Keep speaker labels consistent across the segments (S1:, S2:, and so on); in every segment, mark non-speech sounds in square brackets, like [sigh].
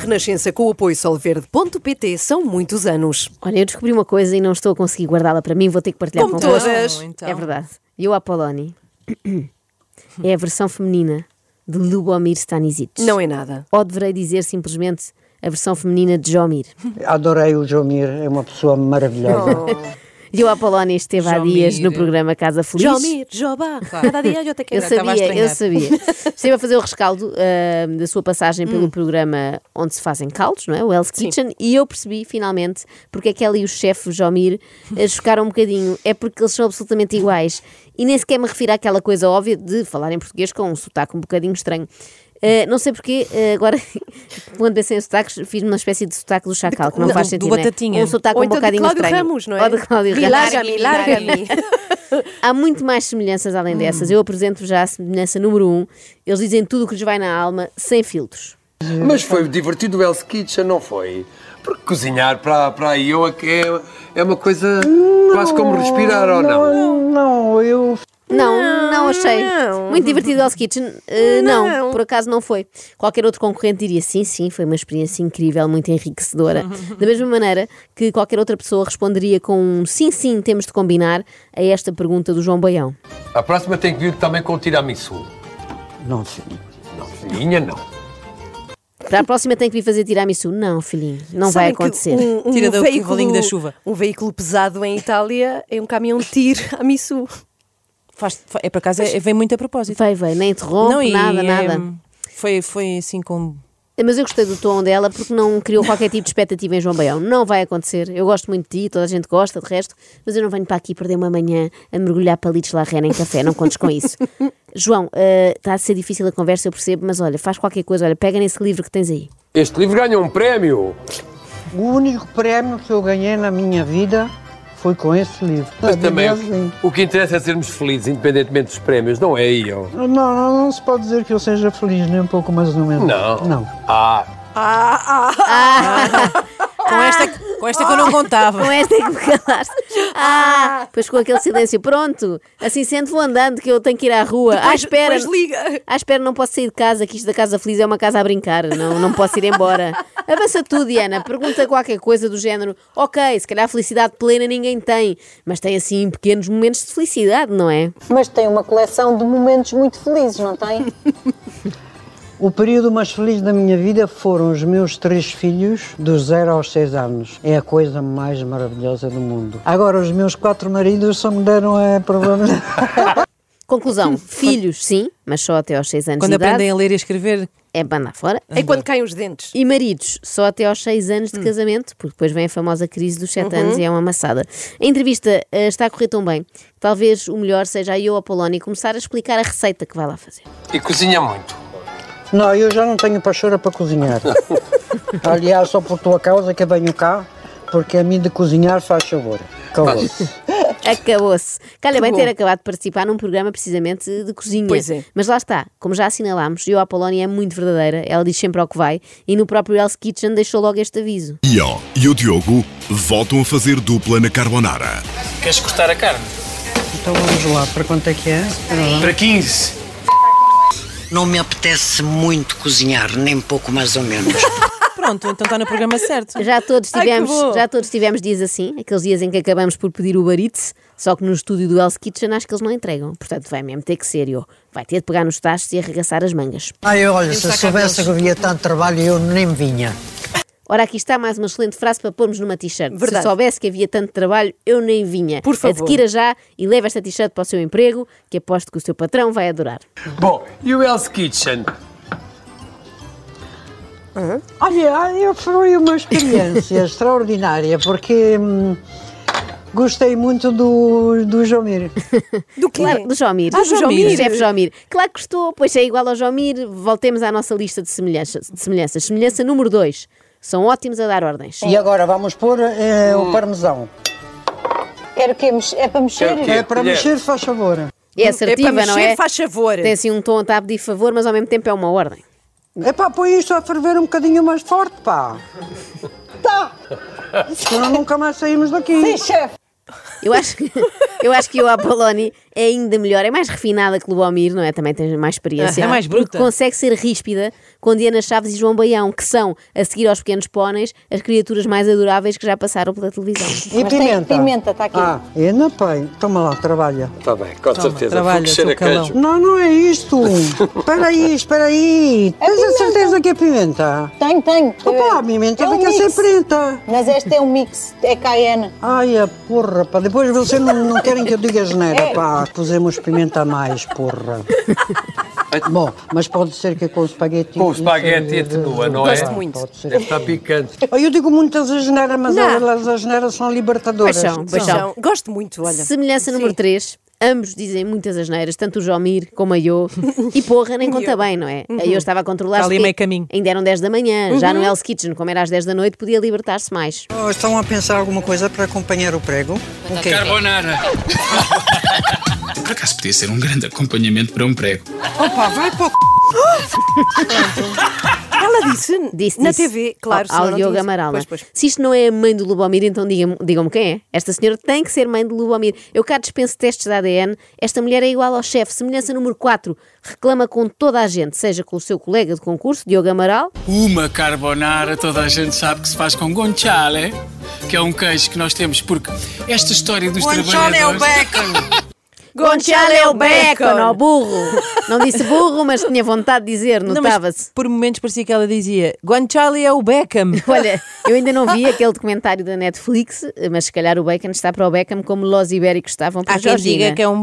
S1: Renascença com o apoio solverde.pt são muitos anos.
S2: Olha, eu descobri uma coisa e não estou a conseguir guardá-la para mim, vou ter que partilhar
S1: Como
S2: com vocês.
S1: todas.
S3: Não, então.
S2: É verdade. Eu Apoloni [clears throat] é a versão feminina de Lubomir Stanisic.
S1: Não é nada.
S2: Ou deverei dizer simplesmente a versão feminina de Jomir.
S4: Adorei o Jomir, é uma pessoa maravilhosa.
S2: Eu Apoloni esteve há
S3: Jomir.
S2: dias no programa Casa Feliz.
S1: Jomir, Jobá, cada dia eu te
S2: Eu
S1: quero.
S3: Estava a
S2: sabia, eu
S3: estranhar.
S1: [laughs]
S2: sabia. Esteve a fazer o rescaldo ah, da sua passagem
S1: Hum.
S2: pelo programa onde se fazem caldos, não é? O Hell's Kitchen, e eu percebi finalmente porque é que ela e o chefe o Jomir eh, chocaram um bocadinho. É porque eles são absolutamente iguais. E nem sequer me refiro àquela coisa óbvia de falar em português com um sotaque um bocadinho estranho. Ah, não sei porque, ah, agora, [laughs] quando pensei em sotaques, fiz uma espécie de sotaque do chacal, que não,
S3: do-
S2: faz
S3: do
S2: sentido. não é?
S3: Batatinha.
S2: Um sotaque
S1: Ou
S2: um
S1: então de
S2: bocadinho
S1: Cláudio
S2: estranho.
S1: Ramos, não é?
S2: Ou de Cláudio
S1: Me
S2: Ramos.
S1: larga-me, larga-me.
S2: Há muito mais semelhanças além dessas. Eu apresento já a semelhança número um. Eles dizem tudo o que lhes vai na alma, sem filtros.
S5: Mas foi divertido o Hell's Kitchen, não foi? Porque cozinhar para, para a Iowa que é, é uma coisa quase como respirar, ou não?
S4: Não, eu
S2: Não, não, achei.
S1: não.
S2: Muito divertido Hell's Kitchen. Uh, não.
S1: Não.
S2: por acaso não foi. Qualquer outro concorrente diria sim, sim, foi uma experiência incrível, muito enriquecedora. Da mesma maneira que qualquer outra pessoa responderia com um sim, sim, temos de combinar a esta pergunta do João Baião.
S5: A próxima tem que vir também com o tiramisu.
S4: não sei.
S5: Não, filhinha, não.
S2: Para a próxima tem que vir fazer tiramisu. Não, filhinho, não vai
S1: Sabem que
S2: acontecer.
S1: Um, um
S3: Tira do
S1: veículo,
S3: cavalinho da chuva.
S1: Um veículo pesado em Itália é um caminhão de tiro a Missu. É
S3: Faz- fa- é por acaso, é- vem muito a propósito.
S2: Vai, vai, nem interrompe,
S3: e
S2: nada,
S3: é-
S2: nada.
S3: Foi, foi assim com.
S2: Eh, Mas eu gostei do tom dela porque não criou qualquer tipo de expectativa em João Baião. Não vai acontecer. Eu gosto muito de ti, toda a gente gosta, de resto, mas eu não venho para aqui perder uma manhã a mergulhar palitos lá rena em café. Não contes com isso. João, eh, está a ser difícil a conversa, eu percebo, mas olha, faz qualquer coisa. Olha, pega nesse livro que tens aí.
S5: Este livro ganha um prémio.
S4: O único prémio que eu ganhei na minha vida foi com esse livro.
S5: Mas
S4: A Bíblia
S5: também
S4: é assim.
S5: o que interessa é sermos felizes, independentemente dos prémios, não é, Ion?
S4: Não, não, não se pode dizer que eu seja feliz, nem um pouco mais no menos.
S5: Não.
S4: Não.
S5: Ah,
S3: Com esta, com esta que eu não contava.
S2: Ah! Com esta é que me
S1: [laughs]
S2: calaste. Ah, pois com aquele silêncio. Pronto, assim sendo vou andando que eu tenho que ir à rua. ah, espera.
S1: Depois liga.
S2: À espera, não posso sair de casa, que isto da Casa Feliz é uma casa a brincar, não, não posso ir embora. Avança tu, Diana, pergunta qualquer coisa do género. Ok, se calhar felicidade plena ninguém tem, mas tem assim pequenos momentos de felicidade, não é?
S6: Mas tem uma coleção de momentos muito felizes, não tem?
S4: O período mais feliz da minha vida foram os meus três filhos, dos 0 aos 6 anos. É a coisa mais maravilhosa do mundo. Agora, os meus quatro maridos só me deram é, problemas.
S5: [laughs]
S1: [laughs]
S2: Conclusão: filhos, sim, mas só até aos 6 anos
S3: Quando
S2: de idade.
S3: aprendem a ler e a escrever,
S2: É bandar fora.
S1: É quando caem os dentes.
S2: E maridos, só até aos 6 anos
S1: Hum.
S2: de casamento, porque depois vem a famosa crise dos
S1: Uhum.
S2: 7 anos e é uma amassada. A entrevista eh, está a correr tão bem que talvez o melhor seja a eu, a Polónia, começar a explicar a receita que vai lá fazer.
S5: e cozinha muito.
S4: Não, eu já não tenho pachorra para cozinhar. Aliás, só por tua causa que venho cá, porque a mim de cozinhar faz favor. Calou.
S2: Acabou-se. Calha bem
S1: bom.
S2: ter acabado de participar num programa precisamente de cozinha.
S1: Pois é.
S2: Mas lá está, como já assinalámos, eu a Polónia é muito verdadeira, ela diz sempre ao que vai, e no próprio Hell's Kitchen deixou logo este aviso.
S7: Ion e o Diogo voltam a fazer dupla na carbonara.
S8: Queres cortar a carne?
S4: Então vamos lá, para quanto é que é?
S8: Para 15.
S9: Não me apetece muito cozinhar, nem pouco mais ou menos.
S3: pronto, então está no programa certo.
S2: Já
S1: [laughs]
S2: todos
S1: Ai, que
S2: tivemos,
S1: bom.
S2: já todos tivemos dias assim, aqueles dias em que acabamos por pedir o barite, só que no estúdio do Hell's Kitchen acho que eles não entregam. Portanto, vai mesmo ter que ser, eu. Vai ter de pegar nos tachos e arregaçar as mangas.
S4: Ai, olha, se Ah, eu soubesse que havia tanto trabalho, eu nem vinha.
S2: Ora, aqui está mais uma excelente frase para pormos numa t-shirt. Se
S1: Verdade.
S2: soubesse que havia tanto trabalho, eu nem vinha.
S1: Por favor.
S2: Adquira já e leve esta t-shirt para o seu emprego, que aposto que o seu patrão vai adorar.
S5: Bom, e o Hell's Kitchen?
S4: Olha, eu- foi uma experiência extraordinária, porque hum, gostei muito do, do Jomir.
S1: Do que?
S2: Claro, do Jomir.
S1: Ah, do Jomir.
S2: Do chefe Jomir. Claro que gostou, pois é igual ao Jomir. Voltemos à nossa lista de semelhanças. De semelhanças. Semelhança número 2. São ótimos a dar ordens.
S4: E agora vamos pôr eh, o parmesão.
S6: Quero o quê? Mex- É para mexer?
S5: Quero o quê?
S4: É para
S5: Colher.
S4: mexer, faz favor.
S2: É
S1: É
S2: assertiva,
S1: para mexer,
S2: não é?
S1: faz favor.
S2: Tem assim um tom a pedir favor, mas ao mesmo tempo é uma ordem.
S4: É pá, põe isto a ferver um bocadinho mais forte, pá. Tá. Senão nunca mais saímos daqui.
S6: Sim, chefe.
S2: [laughs] Eu acho que, eu acho que o Apoloni é ainda melhor, é mais refinada que Lubomir, não é? Também tem mais experiência.
S3: É mais
S2: Porque
S3: bruta.
S2: consegue ser ríspida com Diana Chaves e João Baião, que são, a seguir aos pequenos póneis, as criaturas mais adoráveis que já passaram pela televisão.
S4: E
S6: Mas tem
S4: pimenta?
S6: pimenta, tá aqui.
S4: Ah, eu não tenho. Toma lá, trabalha.
S5: Está bem, com certeza.
S3: trabalha,
S5: Fogo cheira
S3: teu
S5: a queijo.
S4: Não,
S3: calão.
S4: não é isto. Espera aí, espera aí. Tens a
S6: pimenta.
S4: certeza que é pimenta?
S6: Tenho, tenho.
S4: Opa, a pimenta
S6: É um
S4: tem que ser
S6: mix.
S4: preta.
S6: Mas este é um mix, é cayenne.
S4: Ai, a porra, pá. Depois vocês não, não querem que eu diga
S6: É.
S4: geneira, pá. Pusemos pimenta a mais, porra. Bom, mas pode ser que com espaguete...
S5: É. Com espaguete atenua, não é?
S3: Gosto muito.
S4: Pode ser.
S5: Deve estar picante.
S4: Oh, Eu digo muitas asneiras, mas
S1: Não.
S4: elas as asneiras são libertadoras.
S2: Pois são, pois
S1: Paixão. Gosto muito, olha.
S2: Semelhança número 3. Ambos dizem muitas asneiras, tanto o Jomir como
S1: [laughs]
S2: a Iô. E porra, nem conta bem, não é?
S1: Uhum.
S2: A Iô estava a controlar
S3: Está ali meio caminho.
S2: Ainda eram 10 da manhã. Já no Hell's Kitchen, como era às 10 da noite, podia libertar-se mais.
S4: Oh, estão a pensar alguma coisa para acompanhar o prego? O quê?
S8: Carbonara. Por acaso podia ser um grande acompanhamento para um prego.
S4: Opa, vai para o c...
S1: Ela disse,
S2: Disse,
S1: na
S2: disse,
S1: TV, claro.
S2: Ao,
S1: senão não
S2: ao Diogo
S1: tinha-
S2: Amaral.
S1: Pois,
S2: não é?
S1: pois.
S2: Se isto não é a mãe do Lubomir, então digam-me digam quem é. Esta senhora tem que ser mãe do Lubomir. Eu cá dispenso testes de ADN. Esta mulher é igual ao chefe. Semelhança número 4. Reclama com toda a gente, seja com o seu colega de concurso, Diogo Amaral,
S8: Uma carbonara, toda a gente sabe que se faz com guanciale, que é um queijo que nós temos, porque esta história dos
S9: Guanciale é o
S8: trabalhadores...
S9: bacon.
S2: Gonçalo é o bacon, ó burro. Não disse burro, mas tinha vontade de dizer,
S3: Não, mas
S2: notava-se.
S3: por momentos parecia que ela dizia Guanciale é
S2: [laughs]
S3: o Beckham.
S2: Olha, eu ainda não
S3: [laughs]
S2: vi aquele documentário da Netflix, mas se calhar o bacon está para o bacon como los ibéricos estavam para
S3: Há quem
S2: Georgina.
S3: diga que é um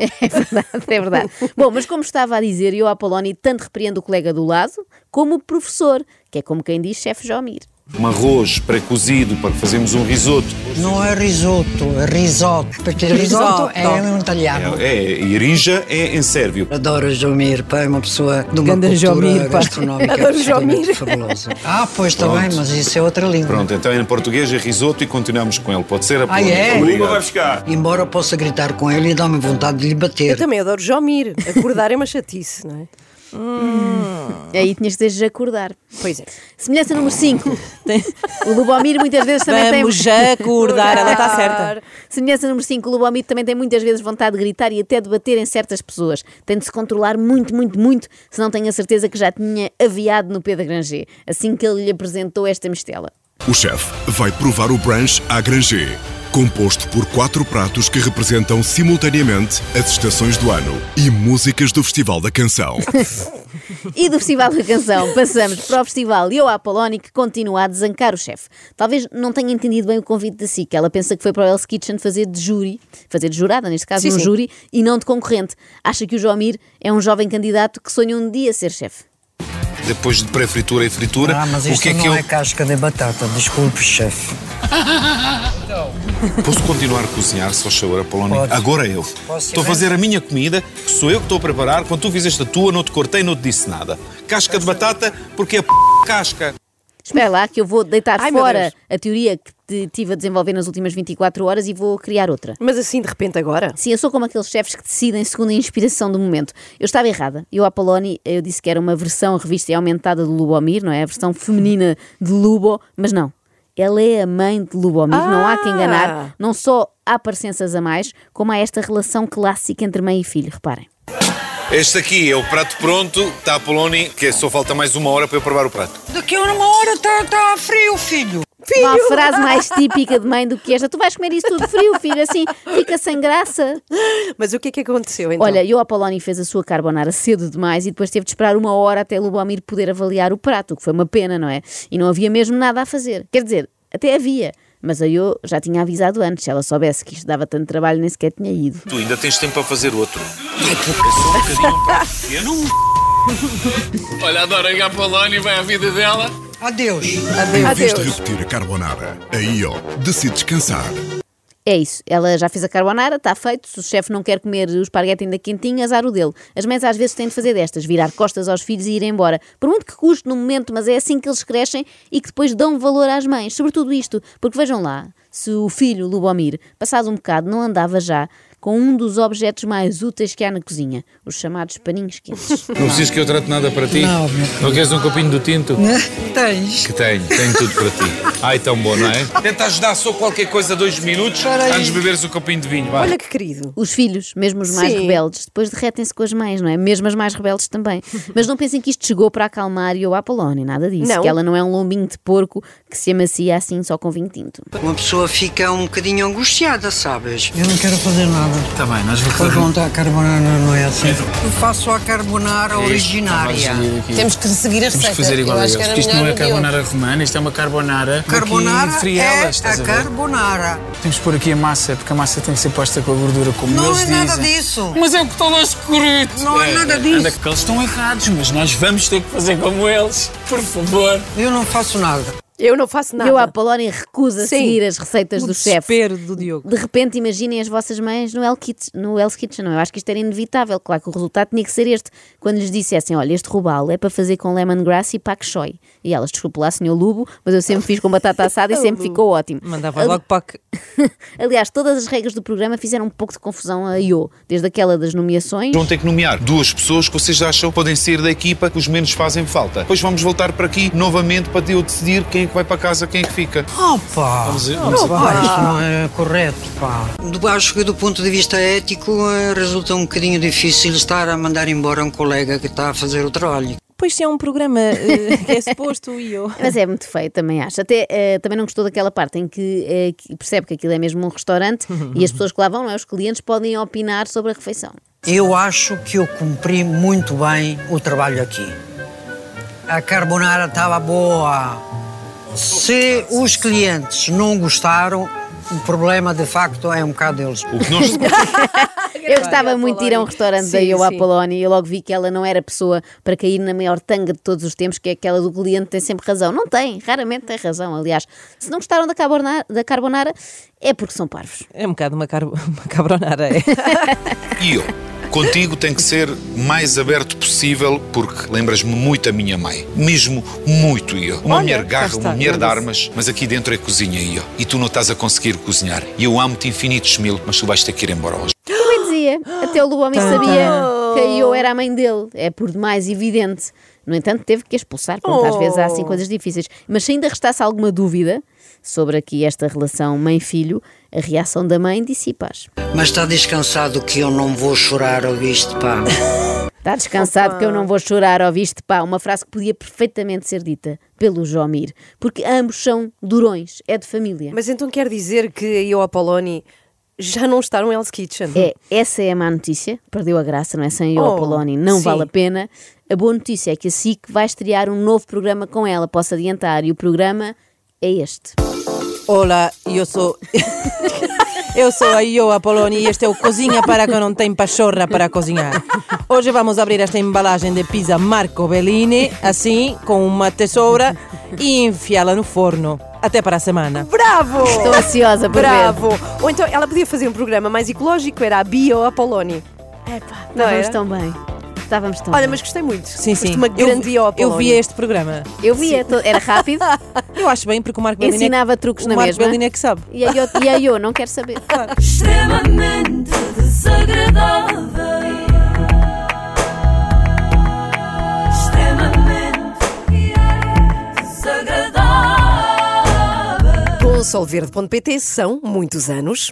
S2: [laughs] É verdade, é verdade. Bom, mas como estava a dizer, eu, Apolónio, tanto repreendo o colega do lado como o professor, que é como quem diz chefe Jomir.
S10: Um arroz pré-cozido para fazermos um risoto.
S4: Não é risoto, é risoto. Porque risoto é um italiano.
S10: É, e rija é em sérvio.
S9: Adoro o Jomir, pá, é uma pessoa de uma
S3: Ganda
S9: cultura
S3: Jomir, pá.
S9: gastronómica
S1: Adoro o
S9: absolutamente fabulosa.
S4: Ah, pois está bem, mas isso é outra língua.
S10: Pronto, então em português é risoto e continuamos com ele. Pode ser a
S4: Ah, é?
S10: Obrigado. buscar.
S9: Embora eu possa gritar com ele e dá-me vontade de lhe
S1: Eu
S9: bater.
S1: também adoro Jomir. Acordar é uma chatice, não é?
S3: Ah.
S2: Aí tinhas de acordar.
S1: Pois é.
S2: Semelhança número
S3: [laughs]
S2: 5. O Lubomir muitas vezes também tem.
S3: Vamos acordar, ela
S1: [laughs]
S2: tá
S3: está certa.
S2: Semelhança número 5, o Lubomir também tem muitas vezes vontade de gritar e até de bater em certas pessoas. Tem de se controlar muito, muito, muito, se não tenho a certeza que já tinha aviado no Pedro Granger, assim que ele lhe apresentou esta mistela.
S7: O chefe vai provar o brunch à Granger, composto por quatro pratos que representam simultaneamente as estações do ano e músicas do Festival da
S4: [laughs]
S7: Canção.
S2: E do Festival da Canção passamos para o Festival Eu Apolónio que continua a desancar o chefe. Talvez não tenha entendido bem o convite da SIC. Ela pensa que foi para o Hell's Kitchen fazer de júri, fazer de jurada, neste caso,
S3: Sim,
S2: num
S3: sim.
S2: júri, e não de concorrente. Acha que o Jomir é um jovem candidato que sonha um dia ser chefe.
S10: Depois de pré-fritura e fritura,
S9: Ah, mas
S10: o
S9: isto
S10: que é
S9: não
S10: que eu.
S9: é casca de batata, desculpe, chefe.
S10: [laughs] Posso continuar a cozinhar, só favor, Apolónio?
S9: Pode.
S10: Agora eu.
S9: Posso,
S10: estou a
S9: sim.
S10: fazer a minha comida, que sou eu que estou a preparar. Quando tu fizeste a tua, não te cortei, não te disse nada. Casca de batata, porque é p... casca.
S2: Espera lá que eu vou deitar
S1: Ai, meu
S2: fora
S1: Deus.
S2: a teoria que te tive a desenvolver nas últimas 24 horas e vou criar outra.
S1: Mas assim, de repente, agora?
S2: Sim, eu sou como aqueles chefes que decidem segundo a inspiração do momento. Eu estava errada. Eu, a Poloni, eu disse que era uma versão revista e aumentada do Lubomir, não é? A versão feminina de Lubo, mas não. Ela é a mãe de Lubomir, não há
S1: Ah!
S2: que enganar. Não só há aparências a mais, como há esta relação clássica entre mãe e filho, reparem.
S10: Este aqui é o prato pronto, está Apolónio, que só falta mais uma hora para eu provar o prato.
S9: Daqui a uma hora está tá frio, filho.
S2: Não há frase mais típica de mãe do que esta. Tu vais comer isso tudo frio, filho, assim fica sem graça.
S1: Mas o que é que aconteceu então?
S2: Olha, eu a Polónia fez a sua carbonara cedo demais e depois teve de esperar uma hora até Lubomir poder avaliar o prato, o que foi uma pena, não é? E não havia mesmo nada a fazer. Quer dizer, até havia. Mas a eu já tinha avisado antes, se ela soubesse que isto dava tanto trabalho, nem sequer tinha ido.
S10: Tu ainda tens tempo para fazer outro. É só um bocadinho um prato pequeno.
S8: Olha, adoro a Polónia, vai à vida dela.
S9: Adeus.
S7: Em vez de repetir a carbonara, a IO decide descansar.
S2: É isso, ela já fez a carbonara, está feito. Se o chefe não quer comer o esparguete ainda quentinho, azar o dele. As mães às vezes têm de fazer destas, virar costas aos filhos e ir embora. Por muito que custe no momento, mas é assim que eles crescem e que depois dão valor às mães. Sobretudo isto, porque vejam lá, se o filho, Lubomir, passado um bocado, não andava já, com um dos objetos mais úteis que há na cozinha, os chamados paninhos quentes.
S10: Não precisas que eu trate nada para ti?
S2: Não,
S10: meu Não queres um copinho do tinto?
S9: Né? Tens.
S10: Que tenho, tenho tudo para ti. Ai, tão bom, não é? Tenta ajudar só qualquer coisa dois minutos antes de beberes o copinho de vinho. Vai.
S2: querido. Os filhos, mesmo os mais
S10: Sim.
S2: rebeldes, depois derretem-se com as mães, não é? Mesmo as mais rebeldes também. Mas não pensem que isto chegou para acalmar Iowa Polónia, nada disso.
S9: Não.
S2: Que ela não é um lombinho de porco que se amacia assim só com vinho tinto.
S9: Uma pessoa fica um bocadinho angustiada, sabes?
S4: Eu não quero fazer nada.
S8: Tá
S10: Está bem, nós
S4: Para
S8: um-
S4: contar carbonara não é assim.
S9: Eu faço a carbonara
S8: É isto,
S9: originária.
S8: não vais seguir aqui. Temos
S9: que seguir
S8: Temos que fazer igual a eles, porque isto não é carbonara romana, isto é uma carbonara aqui
S9: Carbonara
S8: de frielas,
S9: é
S8: estás
S9: a
S8: ver?
S9: carbonara.
S8: Temos que pôr aqui a massa, porque a massa tem que ser posta com a gordura como
S9: Não
S8: eles
S9: é
S8: dizem.
S9: nada disso.
S8: Mas é o que está lá escrito.
S9: Não é, nada disso.
S8: Anda, que eles estão errados, mas nós vamos ter que fazer como eles, por favor.
S9: Eu não faço nada.
S2: Eu não faço nada. Eu à Polónia recusa
S1: Sim.
S2: seguir as receitas
S1: O
S2: do chefe.
S1: desespero do Diogo.
S2: De repente, imaginem as vossas mães no Hell's Kitchen, no Hell's Kitchen, não? é? Eu acho que isto era inevitável. Claro que o resultado tinha que ser este. Quando lhes dissessem, olha, este robalo é para fazer com lemongrass e pak choi. E elas, desculpe lá, senhor Lubo, mas eu sempre fiz com batata assada e sempre ficou ótimo.
S3: Mandava logo para que.
S2: [laughs] Aliás, todas as regras do programa fizeram um pouco de confusão a Io, desde aquela das nomeações.
S10: Vão ter que nomear duas pessoas que vocês acham podem sair da equipa que os menos fazem falta. Depois vamos voltar para aqui novamente para eu decidir quem é que vai para casa, quem é que fica.
S9: Opa!
S10: Vamos, vamos,
S9: Não, pá,
S10: vamos.
S9: isto não
S4: é correto, pá.
S9: Do, acho que do ponto de vista ético eh, resulta um bocadinho difícil estar a mandar embora um colega que está a fazer o trabalho.
S2: Pois é um programa
S3: eh,
S2: que é suposto o Io. Mas é muito feio, também acho. Até eh, também não gostou daquela parte em que, eh, que percebe que aquilo é mesmo um restaurante e as pessoas que lá vão, não é? os clientes, podem opinar sobre a refeição.
S4: Eu acho que eu cumpri muito bem o trabalho aqui.
S9: A carbonara estava boa. Se os clientes não gostaram, o problema de facto é um bocado deles. O
S10: que nós
S2: Eu gostava muito de ir a um restaurante da
S9: Sim,
S2: Iowa
S9: sim.
S2: Polónia e eu logo vi que ela não era pessoa para cair na maior tanga de todos os tempos, que é aquela do cliente tem sempre razão. Não tem, raramente tem razão, aliás. Se não gostaram da carbonara, da carbonara é porque são parvos.
S3: É um bocado uma, car... [laughs] uma cabronara. É.
S10: E eu, contigo tem que ser mais aberto possível, porque lembras-me muito a minha mãe. Mesmo muito, eu. Uma
S11: Olha,
S10: mulher
S11: cá
S10: garra,
S11: está,
S10: uma
S11: nada
S10: mulher de
S11: disso.
S10: armas, mas aqui dentro é cozinha, eu. E tu não estás a conseguir cozinhar. E eu amo-te infinitos mil, mas tu vais ter que ir embora hoje.
S2: Também dizia, até o Lubomir sabia que a Io era a mãe dele. É por demais evidente. No entanto, teve que a expulsar, porque às vezes há assim
S9: Oh.
S2: coisas difíceis. Mas se ainda restasse alguma dúvida sobre aqui esta relação mãe-filho, a reação da mãe dissipas.
S9: Mas está descansado que eu não vou chorar, ouviste, pá.
S2: Está descansado que eu não vou chorar, ouviste, pá? Uma frase que podia perfeitamente ser dita pelo Jomir, porque ambos são durões, é de família.
S1: Mas então quer dizer que a Iowa Poloni já não está no Hell's Kitchen?
S2: É, essa é a má notícia, perdeu a graça, não é? Sem
S1: Oh,
S2: Iowa Poloni não
S1: sim.
S2: vale a pena. A boa notícia é que a SIC vai estrear um novo programa com ela, posso adiantar, e o programa é este.
S3: Olá, eu sou. Eu sou a Ioa Poloni e este é o Cozinha para que não tem pachorra para cozinhar. Hoje vamos abrir esta embalagem de pizza Marco Bellini, assim, com uma tesoura e enfiá-la no forno. Até para a semana.
S1: Bravo!
S3: Estou ansiosa por ver.
S1: Bravo! Ou então ela podia fazer um programa mais ecológico, era a Bio Apoloni.
S2: Epá,
S1: Não
S2: estávamos
S1: era?
S2: tão bem. Estávamos tão
S1: Olha,
S2: bem.
S1: mas gostei muito.
S3: Sim, sim.
S1: Foste uma
S3: Eu-
S1: grande Iowa Apoloni.
S3: Eu vi este programa.
S2: Eu vi, é to-
S1: [laughs]
S2: era rápido.
S3: Eu acho bem, porque o Marco Bellini. é que-
S2: Ensinava truques
S3: o
S2: na
S3: Marco
S2: mesma.
S3: Bellini é que sabe.
S2: E a Io, e a Io não quer saber.
S12: extremamente desagradável. Extremamente desagradável.
S1: Com o solverde.pt são muitos anos.